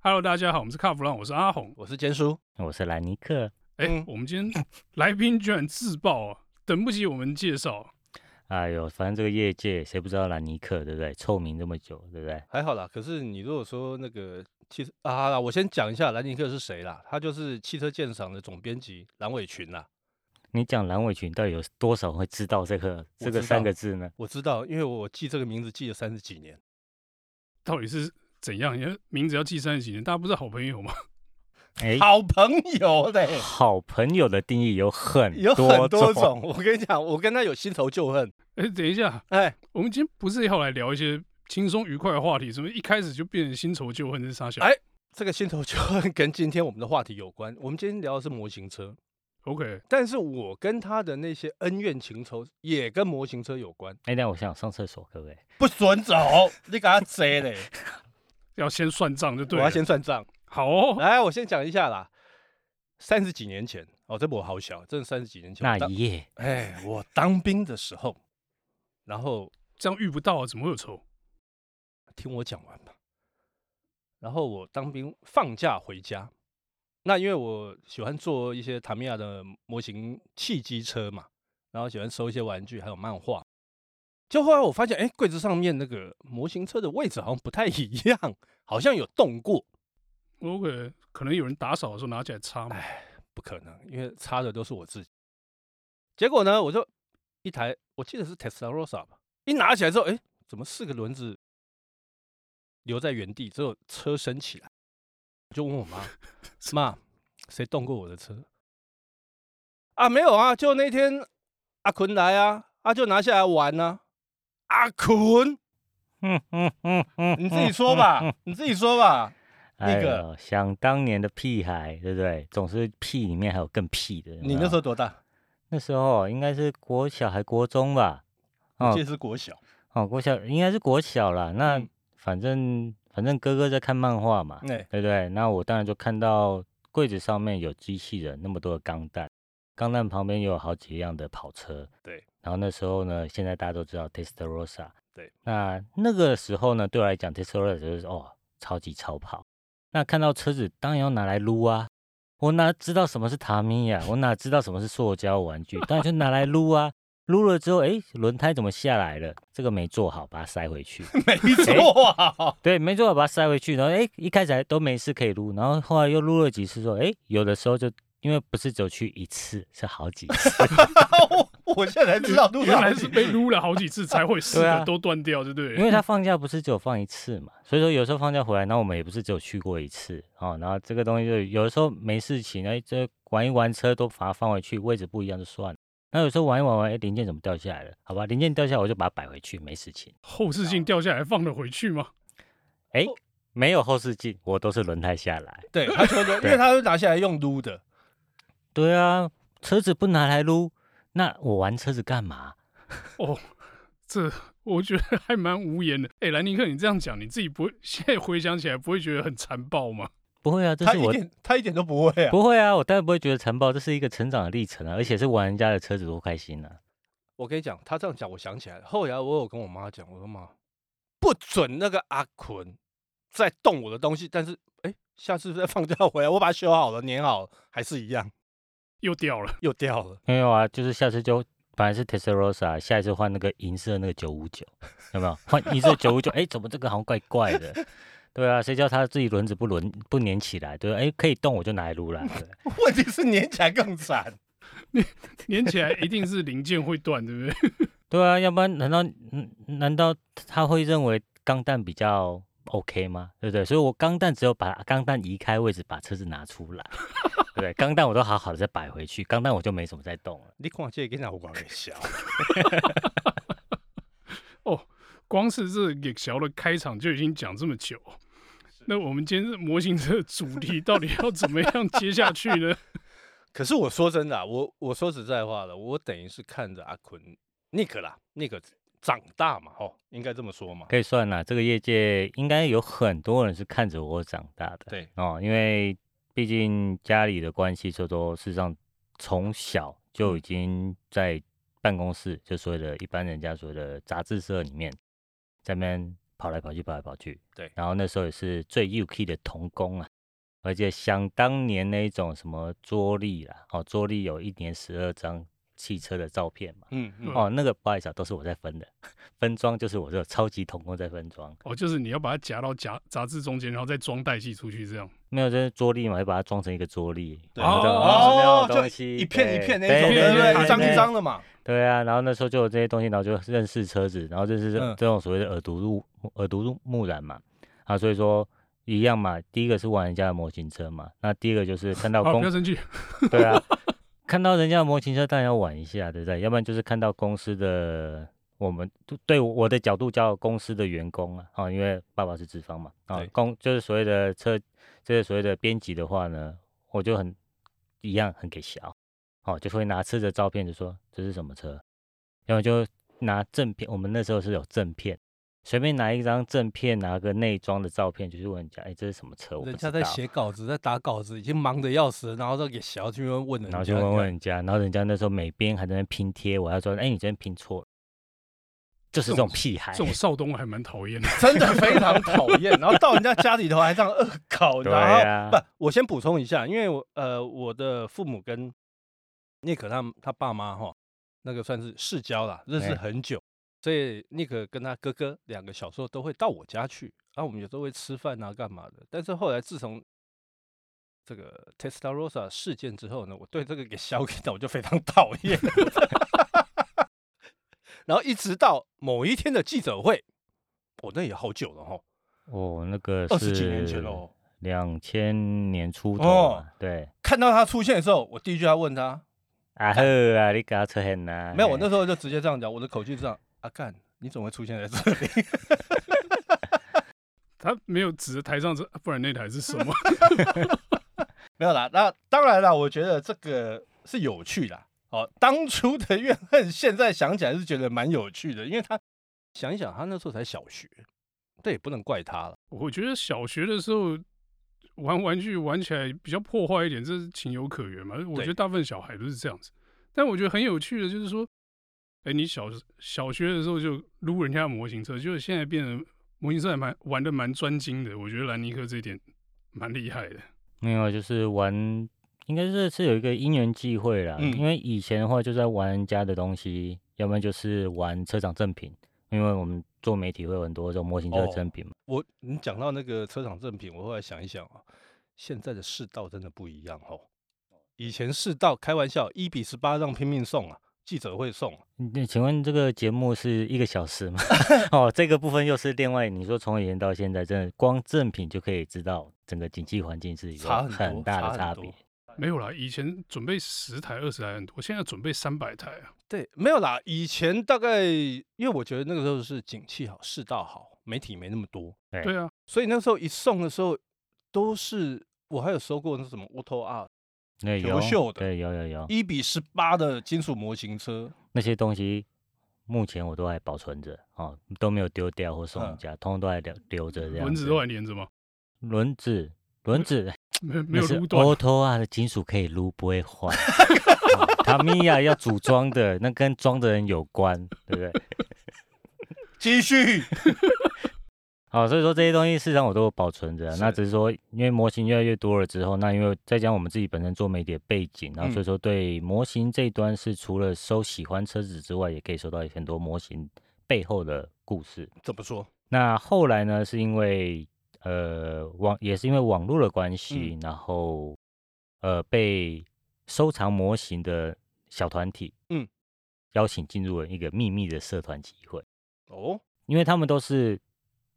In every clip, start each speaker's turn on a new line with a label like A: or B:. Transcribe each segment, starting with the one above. A: Hello，大家好，我们是卡弗朗，我是阿红。
B: 我是坚叔，
C: 我是莱尼克
A: 哎、
B: 嗯
A: 我们今 天来宾居然自爆啊，等不及我们介绍。啊
C: 哎呦，反正这个业界谁不知道兰尼克，对不对？臭名这么久，对不对？
B: 还好啦。可是你如果说那个汽车啊，好啦我先讲一下兰尼克是谁啦，他就是汽车鉴赏的总编辑蓝伟群啦。
C: 你讲阑尾群到底有多少人会知道这个
B: 我
C: 这个
B: 知
C: 三
B: 道
C: 个字呢？
B: 我知道，因为我记这个名字记了三十几年，
A: 到底是怎样？因为名字要记三十几年，大家不是好朋友吗？
C: 哎，
B: 好朋友嘞，
C: 好朋友的定义有很
B: 有很多
C: 多
B: 种。我跟你讲，我跟他有新仇旧恨。
A: 哎、等一下，
B: 哎，
A: 我们今天不是要来聊一些轻松愉快的话题，怎么一开始就变成新仇旧恨是啥小？
B: 哎这个新仇旧恨跟今天我们的话题有关。我们今天聊的是模型车，
A: ，OK，
B: 但是我跟他的那些恩怨情仇也跟模型车有关，
C: 哎，那我想上厕所，各位。
B: 不准走，你给他 贼嘞！
A: 要先算账就
B: 我
A: 对了。
B: 要先算账。
A: 好哦，
B: 来，我先讲一下啦。三十几年前，哦，这我好小，真的三十几年前。
C: 那
B: 我当
C: 一夜，
B: 哎，我当兵的时候，然后
A: 这样遇不到、啊、怎么会有仇？
B: 听我讲完吧。然后我当兵放假回家，那因为我喜欢做一些塔米亚的模型汽机车嘛，然后喜欢收一些玩具，还有漫画。就后来我发现，哎，柜子上面那个模型车的位置好像不太一样，好像有动过。
A: OK，可能有人打扫的时候拿起来擦嘛。
B: 不可能，因为擦的都是我自己。结果呢，我就一台，我记得是 Tesla 吧，一拿起来之后，哎，怎么四个轮子留在原地，只有车升起来？我就问我 妈，妈，谁动过我的车？啊，没有啊，就那天阿坤来啊，阿、就拿下来玩啊。阿坤，
C: 嗯嗯嗯嗯
B: 你自己 说 吧，你自己说吧。那个
C: 哎呦想当年的屁孩，对不对？总是屁里面还有更屁的。有没
B: 你那时
C: 有
B: 候多
A: 哦
B: 大？
C: 那时候应该是国小还国中吧？
B: 我
C: 哦
B: 记得是国小。
C: 哦，国小应该是国小啦。那
B: 嗯
C: 反正反正哥哥在看漫画嘛，
B: 哎，
C: 对不对？那我当然就看到柜子上面有机器人那么多的钢弹，钢弹旁边也有好几辆的跑车。
B: 对。
C: 然后那时候呢，现在大家都知道 Testarossa。
B: 对。
C: 那那个时候呢，对我来讲，Testarossa 就是哦，超级超跑。那看到车子，当然要拿来撸啊。我哪知道什么是塔米亚？我哪知道什么是塑胶玩具？当然就拿来撸啊。撸了之后，哎，轮胎怎么下来了？这个没做好，把它塞回去。
B: 没错啊。
C: 对，没错，把它塞回去。然后哎，一开始还都没事可以撸，然后后来又撸了几次之后，哎，有的时候就因为不是只有去一次，是好几次。
B: 我我现在才知道多
A: 原
B: 少
A: 来是被撸了好几次才会 四
C: 对
A: 个
C: 啊
A: 都断掉，对不
C: 因
A: 对？
C: 为他放假不是只有放一次嘛，所以说有时候放假回来，那我们也不是只有去过一次哦。然后这个东西就有的时候没事情，哎，这玩一玩车都把它放回去，位置不一样就算了。那有时候玩一玩玩，哎，零件怎么掉下来了？好吧，零件掉下来我就把它摆回去，没事情。
A: 后视镜掉下来放得回去吗？
C: 哎
B: 哦，
C: 没有后视镜，我都是轮胎下来。
B: 对，他 说的，因为他是拿下来用撸的，
C: 对啊，车子不拿来撸，那我玩车子干嘛？
A: 这我觉得还蛮无言的。哎、兰尼克，你这样讲，你自己不会 现在回想起来不会觉得很残暴吗？
C: 不会啊，这
B: 他
C: 是
B: 一
C: 我
B: 点他一点都不会啊。
C: 不会啊，我当然不会觉得残暴，这是一个成长的历程啊，而且是玩人家的车子多开心啊！
B: 我跟你讲，他这样讲，我想起来了。后来我有跟我妈讲，我说妈，不准那个阿坤再动我的东西。但是，哎，下次再放假回来，我把它修好了，粘好了，还是一样
A: 又掉了，
B: 又掉了。
C: 没有啊，就是下次就本来是 Tesserosa，下一次换那个银色那个九五九，有没有？换银色九五九，哎，怎么这个好像怪怪的？对啊，谁叫他自己轮子不轮不粘起来？对吧，哎，可以动我就拿来撸啦。对
B: 问题是粘起来更惨。
A: 粘起来一定是零件会断，对不 对？
C: 对啊，要不然难道嗯难道他会认为钢弹比较 OK 吗？对不对？所以我钢弹只有把钢弹移开位置，把车子拿出来，对不对？钢弹我都好好的再摆回去，钢弹我就没什么再动了。
B: 你看这个跟哪有关系啊？
A: 光是这野小的开场就已经讲这么久，那我们今天这模型车的主题到底要怎么样接下去呢？
B: 可是我说真的、啊，我我说实在话了，我等于是看着阿坤 Nick 啦，Nick 长大嘛，哦，应该这么说嘛。
C: 可以算啦，这个业界应该有很多人是看着我长大的。
B: 对
C: 哦，因为毕竟家里的关系，就都事实上从小
B: 嗯
C: 就已经在办公室，就所谓的一般人家所谓的杂志社里面，在那边跑来跑去，跑来跑去。
B: 对
C: 然后那时候也是最 UK 的童工啊，而且想当年那一种什么桌历啦，哦，桌历有一年十二张汽车的照片嘛，
B: 嗯嗯，
C: 哦，那个不好意思啊，都是我在分的，分装就是我这个超级童工在分装，
A: 哦，就是你要把它夹到夹杂志中间，然后再装袋戏出去，这样。
C: 没有就是桌历嘛，就把它装成一个桌历，
B: 对
C: 然后就
B: 哦
C: 哦，那
B: 就
C: 种东西
B: 一片一
C: 对
B: 片那
C: 对
B: 种，
A: 对
B: 对不
A: 对
B: 对？
A: 对
B: 一张
A: 对
B: 一张的嘛，
C: 对啊，然后那时候就有这些东西，然后就认识车子，然后认识这
B: 嗯
C: 这种所谓的耳濡目耳濡目目染嘛，啊，所以说一样嘛，第一个是玩人家的模型车嘛，那第二个就是看
B: 哦
C: 到
A: 好，不
C: 公
A: 要生气。
C: 对啊，看到人家的模型车当然要玩一下，对不对？要不然就是看到公司的我们对我的角度叫公司的员工啊，啊，因为爸爸是资方嘛，啊
B: 对，
C: 公就是所谓的车，就是所谓的编辑的话呢，我就很一样很给小，哦，就会拿车的照片就说这是什么车，然后就拿正片，我们那时候是有正片。随便拿一张正片，拿个内装的照片，就是问人家，哎、这是什么车？我不
B: 人
C: 知
B: 家在
C: 道
B: 写稿子，在 打稿子，已经忙得要死，然后再给小去问问人家，
C: 然后去问问人家，然后人家那时候美编还在那边拼贴，我要说，哎，你这边拼错了，就是这
A: 这种
C: 种屁孩
A: 这，种少东我还蛮讨厌的。
B: 真的非常讨厌。然后到人家家里头还这样恶搞，
C: 对
B: 然后、
C: 啊
B: 不，我先补充一下，因为我呃我的父母跟尼克他们他爸妈哈，那个算是世交啦，认识
C: 哎
B: 很久，所以尼克跟他哥哥两个小时候都会到我家去，然、后我们有时候会吃饭啊干嘛的。但是后来自从这个 Testarossa 事件之后呢，我对这个给小给的我就非常讨厌。 然后一直到某一天的记者会，哦，那也好久了哈，
C: 哦，那个
B: 二十几年前了
C: 是
B: 哦。
C: 两千年出头
B: 哦
C: 嘛，对，
B: 看到他出现的时候，我第一句要问他，
C: 啊呵啊，你搞扯很呐，
B: 没有，我
C: 嘿
B: 那时候就直接这样讲，我的口气是这样，啊干，你怎么会出现在这里？
A: 他没有指着台上这，啊不然那台是什么？
B: 没有啦，那当然啦，我觉得这个是有趣啦。哦，当初的怨恨，现在想起来是觉得蛮有趣的，因为他想一想，他那时候才小学，这也不能怪他了。
A: 我觉得小学的时候玩玩具玩起来比较破坏一点，这是情有可原嘛。我觉得大部分小孩都是这样子，但我觉得很有趣的就是说，哎、你小小学的时候就撸人家的模型车，就是现在变成模型车还蛮玩的蛮专精的。我觉得兰尼克这一点蛮厉害的。
C: 没有，就是玩，应该是是有一个因缘际会啦。
B: 嗯
C: 因为以前的话就在玩人家的东西，要不然就是玩车厂正品，因为我们做媒体会有很多这种模型车
B: 哦
C: 的正品嘛。
B: 我你讲到那个车厂正品，我后来想一想啊，现在的世道真的不一样哦。以前世道开玩笑，一比十八让拼命送啊，记者会送啊、
C: 那请问这个节目是一个小时 吗？ 哦，这个部分又是另外，你说从以前到现在，真的光正品就可以知道整个经济环境是有
B: 差很多
C: 很大
B: 差
C: 的
B: 很
C: 差
B: 多
C: 别。
A: 没有啦，以前准备十台、二十台很多，现在准备三百台啊。
B: 对，没有啦。以前大概因为我觉得那个时候是景气好，世道好，媒体没那么多，
C: 对
A: 对啊，
B: 所以那时候一送的时候都是我还有收过那什么 Auto R
C: 那
B: 优
C: 有
B: 秀的
C: 对，有有有
B: 一比十八的金属模型车，
C: 那些东西，目前我都还保存着哦，都没有丢掉或送人
B: 嗯
C: 家，通通都还留留着这样子。
A: 轮子都还连着吗？
C: 轮子轮子
A: 没没
C: 那
A: 有
C: 是
A: 撸断。
C: 欧托啊的金属可以撸，不 会坏。哦塔米亚要组装的，那跟装的人有关，对不对？
B: 继续
C: 好，所以说这些东西事实上我都有保存着啊，那
B: 是
C: 只是说因为模型越来越多了之后，那因为再讲我们自己本身做媒体的背景，然后所
B: 嗯
C: 以说对模型这一端是除了收喜欢车子之外，也可以收到很多模型背后的故事。
B: 怎么说？
C: 那后来呢，是因为呃网也是因为网络的关
B: 嗯
C: 系，然后呃被收藏模型的小团体
B: 嗯
C: 邀请进入了一个秘密的社团集会。
B: 哦，
C: 因为他们都是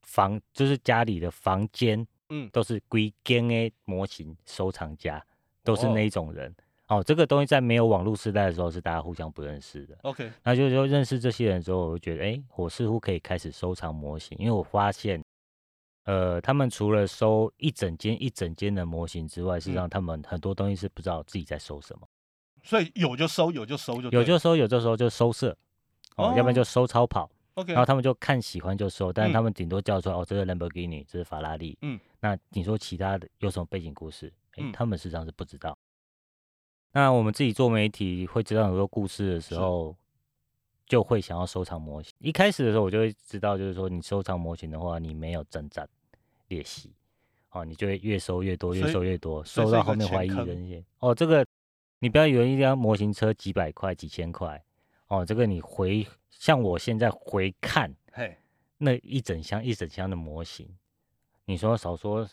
C: 房，就是家里的房间，
B: 嗯
C: 都是归间的模型收藏家，都是
B: 哦
C: 那一种人。哦，这个东西在没有网络时代的时候是大家互相不认识的。
B: ，OK，
C: 那就是说认识这些人之后，我就觉得，哎，我似乎可以开始收藏模型，因为我发现，呃，他们除了收一整间一整间的模型之外，事
B: 嗯
C: 实上他们很多东西是不知道自己在收什么。
B: 所以有就收，有就收就对
C: 有就
B: 了
C: 收，有的时候就收色，哦，要不然就
B: 哦
C: 收超跑。
B: OK，
C: 然后他们就看喜欢就收，但是他
B: 嗯
C: 们顶多叫出来、哦，这是兰博基尼，这是法拉利。
B: 嗯，
C: 那你说其他的有什么背景故事？诶
B: 嗯
C: 他们事实上是不知道。那我们自己做媒体会知道很多故事的时
B: 是
C: 候，就会想要收藏模型。一开始的时候，我就会知道，就是说你收藏模型的话，你没有征战练习，哦，你就会越收越多，越
B: 所以
C: 收越多，
B: 所以
C: 收
B: 是
C: 到
B: 一
C: 后
B: 个
C: 面
B: 钱
C: 怀疑
B: 坑
C: 人生。哦，这个你不要以为一辆模型车几百块、几千块，哦，这个你回像我现在回看
B: 嘿，
C: 那一整箱一整箱的模型，你说少说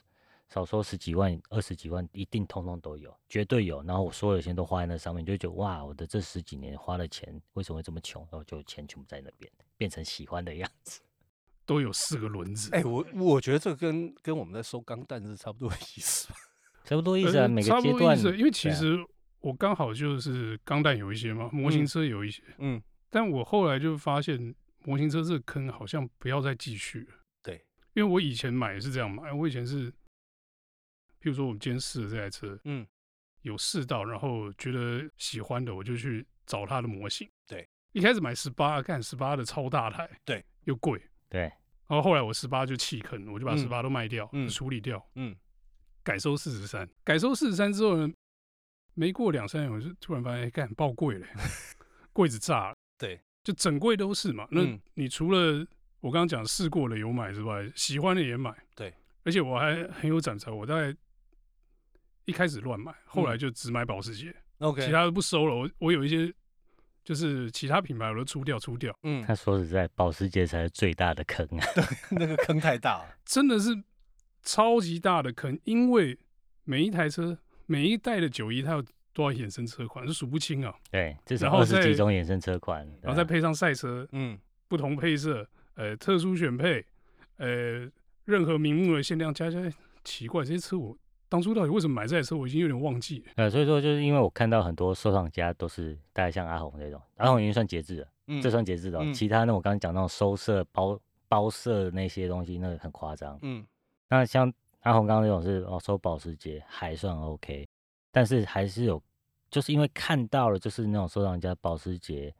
C: 少说十几万、二十几万，一定通通都有，绝对有。然后我所有钱都花在那上面，就觉得哇，我的这十几年花的钱为什么会这么穷？然后就钱全部在那边，变成喜欢的样子。
A: 都有四个轮子，
B: 哎、我我觉得这个跟跟我们在收钢弹是差不多的意思吧。
C: 差不多意
A: 呃
C: 思啊，每
A: 差
C: 个
A: 不
C: 阶
A: 多
C: 段
A: 意思，因为其
C: 对啊
A: 实我刚好就是钢弹有一些嘛，模型
B: 嗯
A: 车有一些，
B: 嗯，
A: 但我后来就发现模型车这个坑好像不要再继续了。
B: 对，
A: 因为我以前买是这样买，我以前是，譬如说我们今天试的这台车，
B: 嗯，
A: 有试到，然后觉得喜欢的，我就去找它的模型。
B: 对，
A: 一开始买十八，看十八的超大台，
B: 对，
A: 又贵，
C: 对，
A: 然后后来我十八就弃坑，我就把
B: 嗯
A: 十八都卖掉，
B: 嗯
A: 处理掉，
B: 嗯，
A: 改收四十三，改收四十三之后呢，没过两三年，我就突然发现，哎干爆贵了， 柜子炸了，
B: 对，
A: 就整柜都是嘛。那
B: 嗯
A: 你除了我刚刚讲试过了有买之外，喜欢的也买，
B: 对，
A: 而且我还很有展才，我大概一开始乱买，后
B: 嗯
A: 来就只买保时捷，
B: OK，
A: 其他的不收了。我我有一些就是其他品牌我都出掉，出掉，
B: 嗯，
C: 他说实在，保时捷才是最大的坑啊。
B: 那个坑太大了。
A: 真的是超级大的坑，因为每一台车每一代的九一它有多少衍生车款是数不清啊，
C: 对，至少
A: 然后
C: 二十
A: 再
C: 几种衍生车款，对
A: 然
B: 哎
A: 后再
C: 啊
A: 配上赛车
B: 嗯，
A: 不同配色，呃，特殊选配，呃，任何名目的限量加加，奇怪，这些车我当初到底为什么买这台车，我已经有点忘记了。
C: 呃，所以说就是因为我看到很多收藏家都是大概像阿红这种，阿红已经算节制了，
B: 嗯
C: 这算节制的哦、
B: 嗯
C: 其他呢，我刚刚讲那种收色包包色那些东西，那个很夸张。
B: 嗯
C: 那像阿红刚刚那种是哦收保时捷还算 OK，但是还是有，就是因为看到了就是那种收藏家保时捷，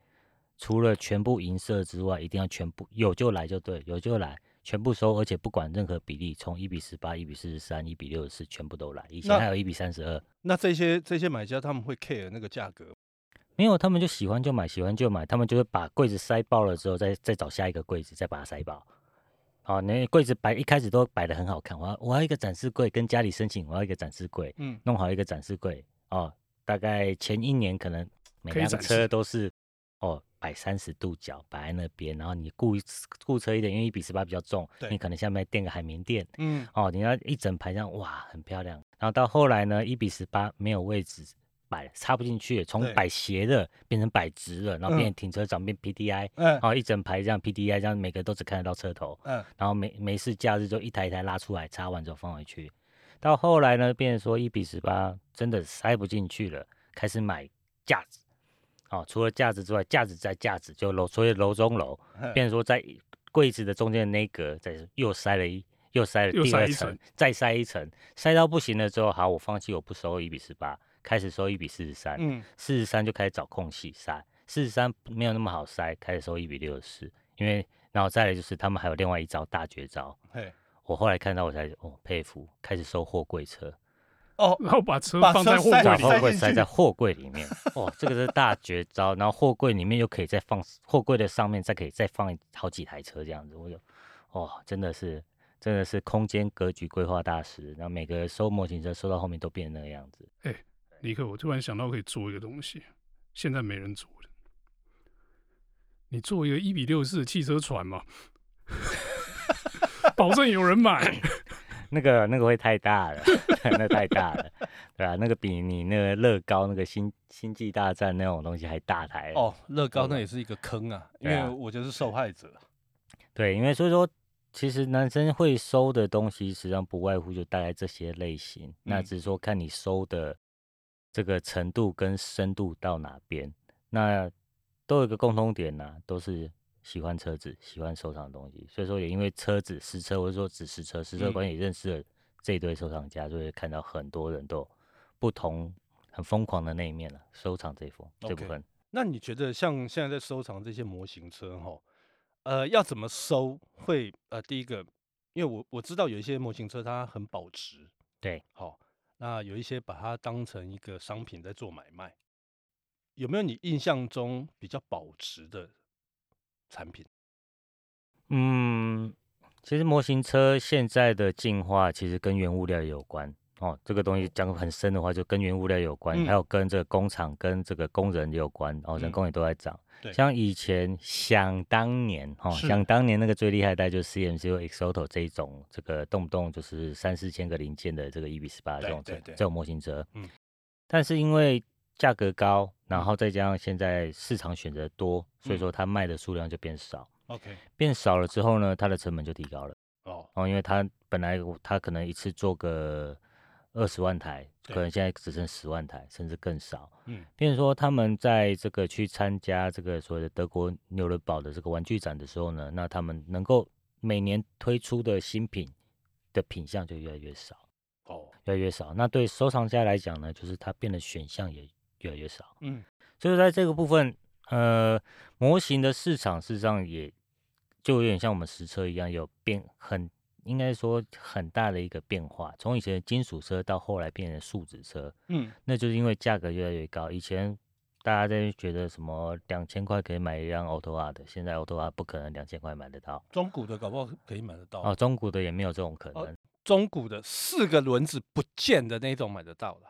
C: 除了全部银色之外，一定要全部有就来就对，有就来。全部收，而且不管任何比例，从一比十八、一比四十三、一比六十四，全部都来。以前
B: 那
C: 还有一比三十二，
B: 那这些这些买家他们会 care 那个价格吗，
C: 没有，他们就喜欢就买，喜欢就买，他们就会把柜子塞爆了之后，再再找下一个柜子，再把它塞爆。好，那柜子摆一开始都摆的很好看，我要我要一个展示柜，跟家里申请我要一个展示柜，
B: 嗯，
C: 弄好一个展示柜哦，大概前一年可能每
A: 可以
C: 辆
A: 展
C: 车
A: 示
C: 都是哦摆三十度角摆在那边，然后你雇雇车一点，因为一比十八比较重
B: 对，
C: 你可能下面垫个海绵垫，
B: 嗯
C: 哦，你要一整排这样，哇，很漂亮。然后到后来呢，一比十八没有位置摆，插不进去，从
B: 对
C: 摆斜的变成摆直了，然后变
B: 嗯
C: 成停车场变 PDI，
B: 嗯
C: 哦，一整排这样 PDI，这样每个都只看得到车头，
B: 嗯
C: 然后没没事假日就一台一台拉出来，插完之后放回去。到后来呢，变成说一比十八真的塞不进去了，开始买架子。哦，除了架子之外，架子再架子，就楼，所以楼中楼，
B: 嗯
C: 变成说在柜子的中间的那一格，再又塞了一又塞了
A: 又
C: 第
A: 塞
C: 二
A: 一
C: 层
A: 层，
C: 再塞一层，塞到不行了之后，好，我放弃，我不收一比十八，开始收一比四十三，
B: 嗯
C: 四十三就开始找空隙塞，四十三没有那么好塞，开始收一比六十四，因为然后再来就是他们还有另外一招大绝招，
B: 嘿，
C: 我后来看到我才哦佩服，开始收货柜车，
B: 哦，
A: 然后把车
B: 把
A: 放
B: 车
A: 在货
B: 塞
A: 柜
B: 进
C: 把
A: 里
B: 去
C: 货柜塞在货柜里面，哦，这个是大绝招。然后货柜里面又可以再放，货柜的上面再可以再放好几台车这样子，我就，哦，真的是真的是空间格局规划大师。然后每个收模型车收到后面都变成那个样子，
A: 尼克，我突然想到可以做一个东西，现在没人做的。你做一个一比六四的汽车船嘛， 保证有人买。
C: 那个那个会太大了， 那太大了，对啊，那个比你那个乐高那个星星际大战那种东西还大台了
B: 哦，乐高那也是一个坑啊，因
C: 对啊
B: 为我就是受害者。啊
C: 对，因为所以说，其实男生会收的东西，实际上不外乎就大概这些类型。那
B: 嗯
C: 只是说看你收的这个程度跟深度到哪边。那都有一个共通点呐、都是喜欢车子，喜欢收藏的东西。所以说，也因为车子实车，或者说只实车实车
B: 嗯
C: 关系，也认识了这一堆收藏家，就会看到很多人都有不同很疯狂的那一面了、收藏这一部这部
B: OK
C: 分。
B: 那你觉得像现在在收藏这些模型车哈，呃，要怎么收会呃，第一个，因为我我知道有一些模型车它很保值，
C: 对，
B: 好、那有一些把它当成一个商品在做买卖，有没有你印象中比较保值的产品？
C: 嗯，其实模型车现在的进化其实跟原物料也有关哦。这个东西讲得很深的话，就跟原物料有关，
B: 嗯
C: 还有跟这个工厂、跟这个工人也有关哦。
B: 嗯
C: 人工也都在涨。
B: 对
C: 像以前想当年哦，
B: 是
C: 想当年那个最厉害的大概就是 CMC 或 Exoto 这一种，这个动不动就是三四千个零件的这个 EB 十八这
B: 对
C: 种车
B: 对对
C: 这种模型车。
B: 嗯
C: 嗯，但是因为价格高，然后再加上现在市场选择多，所以
B: 嗯
C: 说它卖的数量就变少。
B: OK，
C: 变少了之后呢，它的成本就提高了。
B: 哦，
C: 哦，因为它本来我它可能一次做个二十万台，可
B: 对
C: 能现在只剩十万台，甚至更少。
B: 嗯，
C: 变成说他们在这个去参加这个所谓的德国纽伦堡的这个玩具展的时候呢，那他们能够每年推出的新品的品相就越来越少，
B: 哦，
C: 越来越少。那对收藏家来讲呢，就是它变得选项也越来越少。
B: 嗯，
C: 所以在这个部分，呃，模型的市场事实上也就有点像我们实车一样，有变很应该说很大的一个变化。从以前的金属车到后来变成树脂车，
B: 嗯，
C: 那就是因为价格越来越高。以前大家在觉得什么两千块可以买一辆 Auto R 的，现在 Auto R 不可能两千块买得到
B: 中古的搞不好可以买得到
C: 哦，中古的也没有这种可能，
B: 哦中古的四个轮子不见的那种买得到了，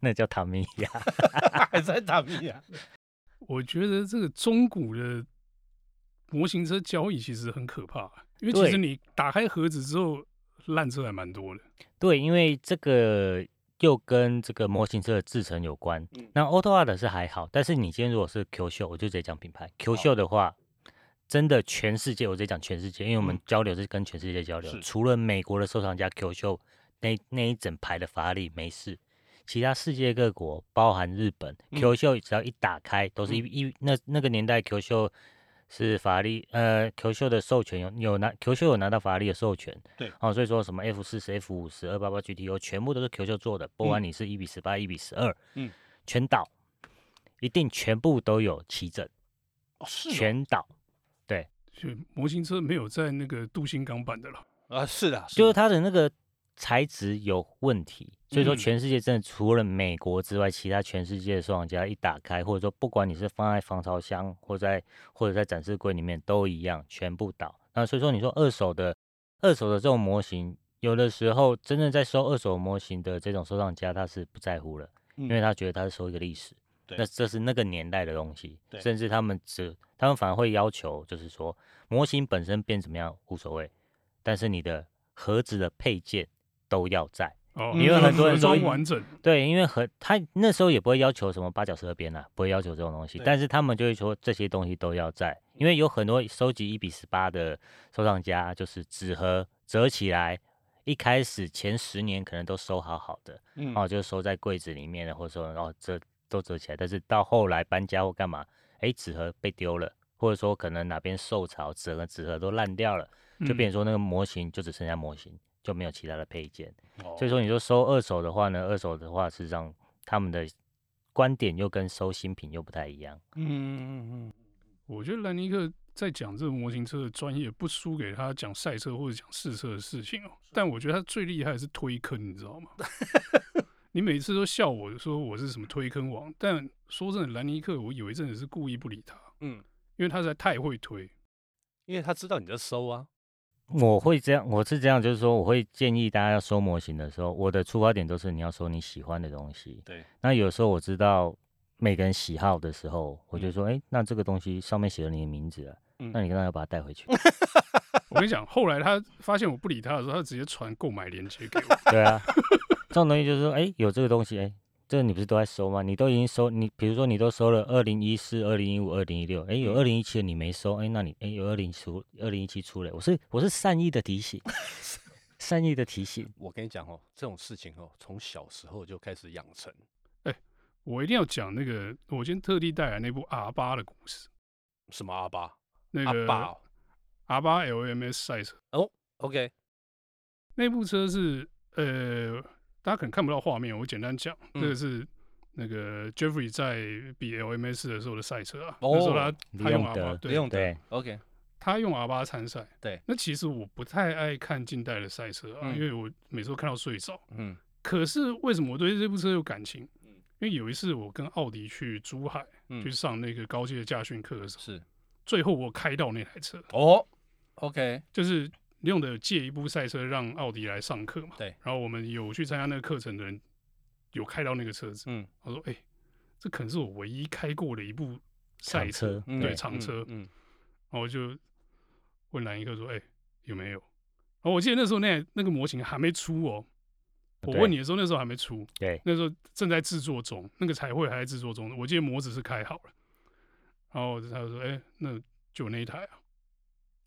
C: 那叫塔米亚。
B: 还在打米啊？
A: 我觉得这个中古的模型车交易其实很可怕，啊因为其
C: 对
A: 实你打开盒子之后，烂车还蛮多的。
C: 对，因为这个又跟这个模型车的制成有关。
B: 嗯
C: 那 Auto R 的是还好，但是你今天如果是 Q 秀，我就直接讲品牌。Q
B: 好
C: 秀的话，真的全世界，我直接讲全世界，因为我们
B: 嗯
C: 交流是跟全世界交流，
B: 是
C: 除了美国的收藏家 Q 秀那那一整排的法拉利没事。其他世界各国，包含日本
B: 嗯
C: ，Q 秀只要一打开，都是一
B: 嗯
C: 一那那个年代 Q 秀是法拉利，呃，Q 秀的授权有有拿 Q 秀有拿到法拉利的授权，哦，所以说什么 F 四十、F 五十、二八八 GTO 全部都是 Q 秀做的，不管
B: 嗯
C: 你是一比十八、一比十二，
B: 嗯，
C: 全倒，一定全部都有齐整，
B: 哦，是哦
C: 全倒，
A: 所以模型车没有在那个镀锌钢板的了。
B: 啊，是的，
C: 就
B: 的
C: 是它的那个材质有问题，所以说
B: 嗯
C: 全世界真的除了美国之外，其他全世界的收藏家一打开，或者说不管你是放在防潮箱或在或者在展示柜里面都一样，全部倒。那所以说你说二手的二手的这种模型，有的时候真正在收二手模型的这种收藏家，他是不在乎了。
B: 因
C: 因为他觉得他是收一个历史，
B: 对
C: 那这是那个年代的东西
B: 对，
C: 甚至他们只他们反而会要求，就是说模型本身变怎么样无所谓，但是你的盒子的配件都要在。
A: 哦，
B: 因为很多 人
A: 盒装
B: 说
A: 完整，
C: 对，因为和他那时候也不会要求什么八角十二边啊，不会要求这种东西
B: 对，
C: 但是他们就会说这些东西都要在，因为有很多收集一比十八的收藏家，就是纸盒折起来，一开始前十年可能都收好好的，
B: 嗯
C: 哦，就是收在柜子里面的，或者说哦折都折起来，但是到后来搬家或干嘛，哎，纸盒被丢了，或者说可能哪边受潮，整个纸盒都烂掉了，就
A: 嗯
C: 变成说那个模型就只剩下模型，就没有其他的配件。
B: 哦
C: 所以说，你说收二手的话呢，二手的话，事实上他们的观点又跟收新品又不太一样。
B: 嗯嗯嗯
A: 我觉得兰尼克在讲这个模型车的专业，不输给他讲赛车或者讲试车的事情哦。但我觉得他最厉害的是推坑，你知道吗？ 你每次都笑我说我是什么推坑王，但说真的，兰尼克我有一阵子是故意不理他，
B: 嗯，
A: 因为他实在太会推。
B: 因为他知道你在收啊，
C: 我会这样，我是这样，就是说，我会建议大家要收模型的时候，我的出发点都是你要收你喜欢的东西。
B: 对，
C: 那有时候我知道每个人喜好的时候，我就说，哎、那这个东西上面写了你的名字啊，
B: 嗯
C: 那你跟他要把它带回去。
A: 我跟你讲，后来他发现我不理他的时候，他直接传购买链接给我。
C: 对啊，这种东西就是说，哎、有这个东西，哎、这个你不是都在收吗？你都已经收，你比如说你都收了二零一四、二零一五、二零一六，哎，
B: 嗯
C: 有二零一七的你没收，哎、那你哎、有二零出二零一七出了，我是我是善意的提 醒，善意的提醒，
B: 我跟你讲哦，这种事情哦，从小时候就开始养成。
A: 我一定要讲那个，我今天特地带来那部 R 八的故事，
B: 什么阿巴、
A: 那
B: 阿
A: 个
B: 爸哦
A: R 八 LMS 赛车。
B: ，OK，
A: 那部车是呃，大家可能看不到画面，我简单讲，
B: 嗯
A: 这个是那个 Jeffrey 在比 LMS 的时候的赛车啊，
B: 哦
A: 那时候他
C: 李
A: 他用
C: 永
A: R 八，
C: 德，
B: 不用
A: 对，
B: 的
C: 对
B: ，OK，
A: 他用 R 八参赛。
B: 对，
A: 那其实我不太爱看近代的赛车啊，
B: 嗯
A: 因为我每次都看到睡着。
B: 嗯
A: 可是为什么我对这部车有感情？
B: 嗯
A: 因为有一次我跟奥迪去珠海、
B: 嗯
A: 去，上那个高阶驾训课的时候，
B: 是，
A: 最后我开到那台车，
B: 哦，OK，
A: 就是用的借一部赛车让奥迪来上课嘛。
B: 对。
A: 然后我们有去参加那个课程的人，有开到那个车子。
B: 嗯，
A: 我说：“哎、这可能是我唯一开过的一部赛车。
C: 赛车，
B: 嗯
A: 对厂车
B: 嗯，”
A: 然后我就问兰一克说：“哎、有没有？”然后我记得那时候那台那个模型还没出哦。我
C: 对
A: 问你的时候，那时候还没出，
C: 对，
A: 那时候正在制作中，那个彩绘还在制作中。我记得模子是开好了，然后他就说：“哎、那就那一台啊。”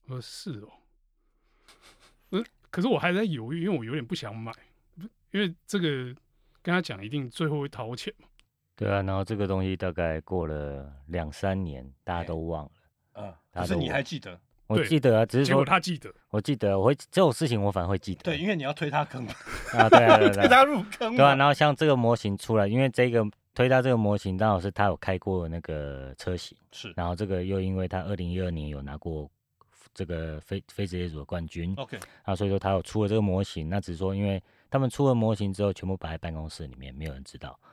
A: 我说：“是哦。”嗯，可是我还在犹豫，因为我有点不想买，因为这个跟他讲一定最后会掏钱嘛。
C: 对啊，然后这个东西大概过了两三年，大
B: 哎
C: 家都忘了。
B: 啊，
C: 大
B: 可
C: 家
B: 是
C: 都
B: 你
C: 我
B: 还记得？
C: 我
A: 对
C: 记得啊，只是
A: 结果
C: 说
A: 他记得，
C: 我记得，我会这种事情我反而会记得。
B: 对，因为你要推他坑，
C: 啊，对啊，对啊对
B: 推
C: 啊
B: 他入坑
C: 对啊，
B: 嘛。
C: 然后像这个模型出来，因为这个推到这个模型，刚好是他有开过那个车型，
B: 是
C: 然后这个又因为他二零一二年有拿过这个非非职业组的冠军，
B: ，OK，
C: 啊，所以说他有出了这个模型，那只是说因为他们出了模型之后，全部摆在办公室里面，没有人知道。
B: 嗯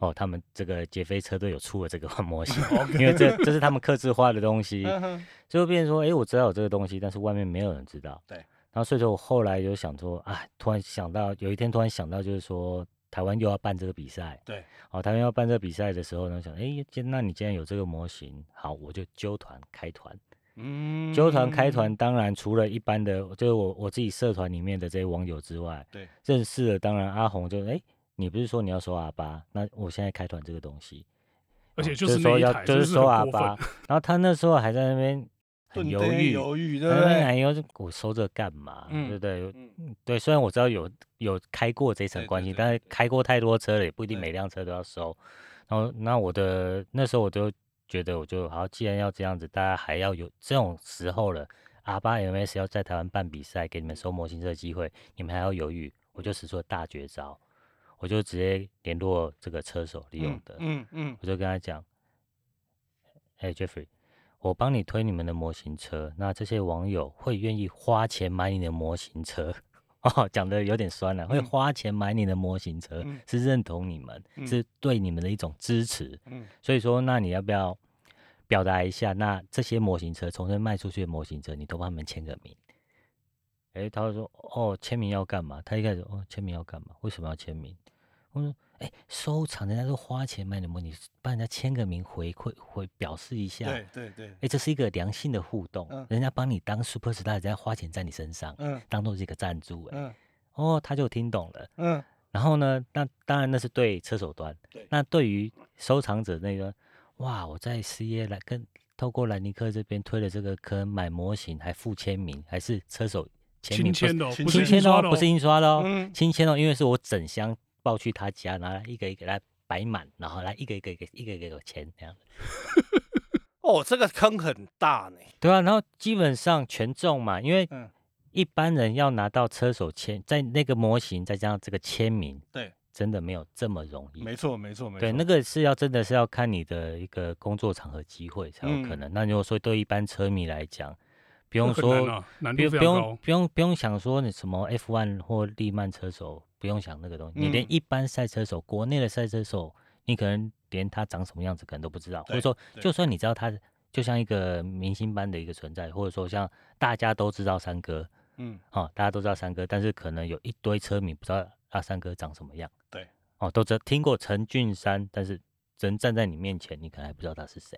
C: 哦，他们这个劫匪车队有出了这个 模 型，因为这这是他们刻制化的东西，
B: 嗯哼
C: 最后变成说，哎、我知道有这个东西，但是外面没有人知道。
B: 对。
C: 然后所以说我后来就想说，哎，突然想到有一天突然想到，就是说台湾又要办这个比赛。
B: 对。
C: 哦，台湾要办这个比赛的时候呢，想，哎、既那你既然有这个模型，好，我就揪团开团。
B: 嗯
C: 纠团开团，当然除了一般的，就是我我自己社团里面的这些网友之外，
B: 对，
C: 认识了。当然阿红就哎、诶你不是说你要收喇叭？那我现在开团这个东西，
A: 而且
C: 哦
A: 就
C: 就是
A: 那
C: 说啊
A: 一
C: 要
A: 台
C: 就
A: 真
C: 是
A: 是
C: 收
A: 很过
C: 喇
A: 分
C: 叭，然后他那时候还在那边很
B: 顿
C: 犹
B: 呆
C: 豫，哎
B: 犹豫，对
C: 他
B: 不
C: 那边
B: 对？
C: 很犹豫，我收这个干嘛？
B: 嗯
C: 对不对？
B: 嗯
C: 对，虽然我知道有有开过这一层
B: 对对
C: 关系，
B: 对
C: 但
B: 对
C: 是
B: 对
C: 开过太多车了，也不一定
B: 对
C: 每辆车都要收。然后那我的那时候我就觉得，我就好，既然要这样子，大家还要有这种时候了，阿巴 MS 要在台湾办比赛，给你们收模型车的机会，你们还要犹豫，我就使出了大绝招，我就直接联络这个车手李永
B: 嗯
C: 德，
B: 嗯嗯，
C: 我就跟他讲，哎、j e f f r e y 我帮你推你们的模型车，那这些网友会愿意花钱买你的模型车。 哦，讲的有点酸了，会
B: 嗯
C: 花钱买你的模型车，
B: 嗯
C: 是认同你们，
B: 嗯
C: 是对你们的一种支持。
B: 嗯
C: 所以说，那你要不要表达一下？那这些模型车重新卖出去的模型车，你都帮他们签个名。诶，他会说哦，签名要干嘛？他一开始哦，签名要干嘛？为什么要签名？我说诶，收藏人家都花钱买你模拟，帮人家签个名回馈回表示一下。
B: 对对对，
C: 诶，这是一个良性的互动，
B: 嗯
C: 人家帮你当 super star，人家花钱在你身上，
B: 嗯
C: 当做是一个赞助、诶，
B: 嗯
C: 哦，他就听懂了。
B: 嗯，
C: 然后呢，那当然那是对车手端，
B: 对
C: 那对于收藏者那个，哇，我在 CA 来跟透过兰尼克这边推了这个坑，买模型还附签名，还是车手签名
A: 亲
C: 不是
A: 签的哦，
B: 亲
A: 不
C: 亲
A: 是
C: 签
A: 印
C: 哦
A: 刷的，
C: 不是印刷的哦，
B: 嗯
C: 亲签哦，因为是我整箱抱去他家，拿来一个一个来摆满，然后来一个一个一个一个一个给我签这样子，
B: 哦，这个坑很大呢。
C: 对啊，然后基本上全中嘛，因为
B: 嗯
C: 一般人要拿到车手签，在那个模型再加上这个签名，
B: 对，
C: 真的没有这么容易，
B: 没错没错没错。
C: 对，那个是要真的是要看你的一个工作场合机会才有可
B: 嗯
C: 能。那如果说对一般车迷来讲，不
A: 这
C: 用
A: 很
C: 说，
A: 难啊，难
C: 不
A: 度非
C: 用
A: 常
C: 不用
A: 高。
C: 不用不用想说你什么 F1 或利曼车手，不用想那个东西，你连
B: 嗯
C: 一般赛车手，国内的赛车手，你可能连他长什么样子可能都不知道，或者
B: 对
C: 说
B: 对
C: 就算你知道他，就像一个明星般的一个存在，或者说像大家都知道三哥，
B: 嗯
C: 哦，大家都知道三哥，但是可能有一堆车迷不知道阿三哥长什么样。
B: 对，
C: 哦，都知听过陈俊山，但是人站在你面前，你可能还不知道他是谁。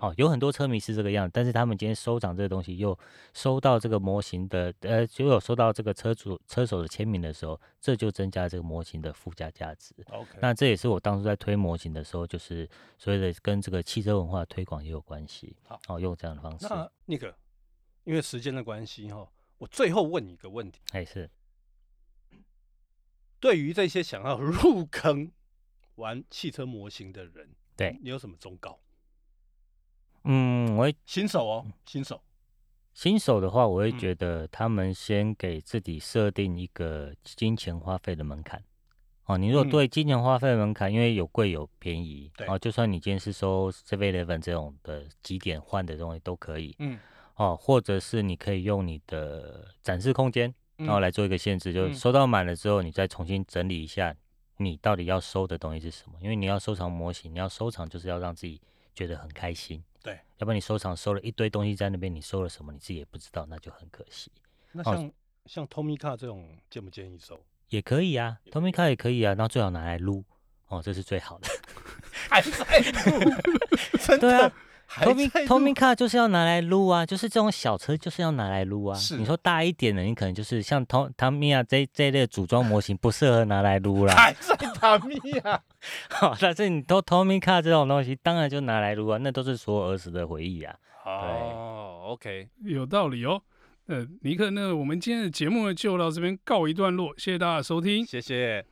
C: 哦，有很多车迷是这个样，但是他们今天收藏这个东西，又收到这个模型的，呃，就有收到这个车主车手的签名的时候，这就增加这个模型的附加价值。
B: ，OK，
C: 那这也是我当初在推模型的时候，就是所谓的跟这个汽车文化推广也有关系
B: 好。
C: 哦，用这样的方式，
B: 那那个，因为时间的关系哈，我最后问你一个问题：
C: 哎是，
B: 对于这些想要入坑玩汽车模型的人，
C: 对
B: 你有什么忠告？
C: 嗯，我会
B: 新手哦，新手，
C: 新手的话，我会
B: 嗯
C: 觉得他们先给自己设定一个金钱花费的门槛。哦，你如果
B: 嗯
C: 对金钱花费的门槛，因为有贵有便宜，
B: 对
C: 哦，就算你今天是收 Seven Eleven 这种的几点换的东西都可以，
B: 嗯，
C: 哦，或者是你可以用你的展示空间，然后
B: 嗯
C: 来做一个限制，就是
B: 嗯
C: 收到满了之后，你再重新整理一下你到底要收的东西是什么，因为你要收藏模型，你要收藏就是要让自己觉得很开心，
B: 对，
C: 要不然你收藏收了一堆东西在那边，你收了什么你自己也不知道，那就很可惜。
B: 那
C: 哦
B: 像像 Tomica 这种建不建议收？
C: 也可以啊
B: 也可以
C: ，Tomica 也可以啊，那最好拿来撸哦，这是最好的。
B: 还在录， 真
C: 对啊
B: 的还
C: Tomi
B: 哎在录
C: Tomica 就是要拿来撸啊，就是这种小车就是要拿来撸啊。
B: 是
C: 你说大一点的，你可能就是像 Tom Tomia 这这一类的组装模型不适合拿来撸啦。
B: 还在打密 啊！
C: 好，但是你都 Tomica 这种东西，当然就拿来撸啊，那都是所有儿时的回忆啊。
B: 哦，OK，
A: 有道理哦。呃，尼克，那我们今天的节目呢就到这边告一段落，谢谢大家的收听。
B: 谢谢。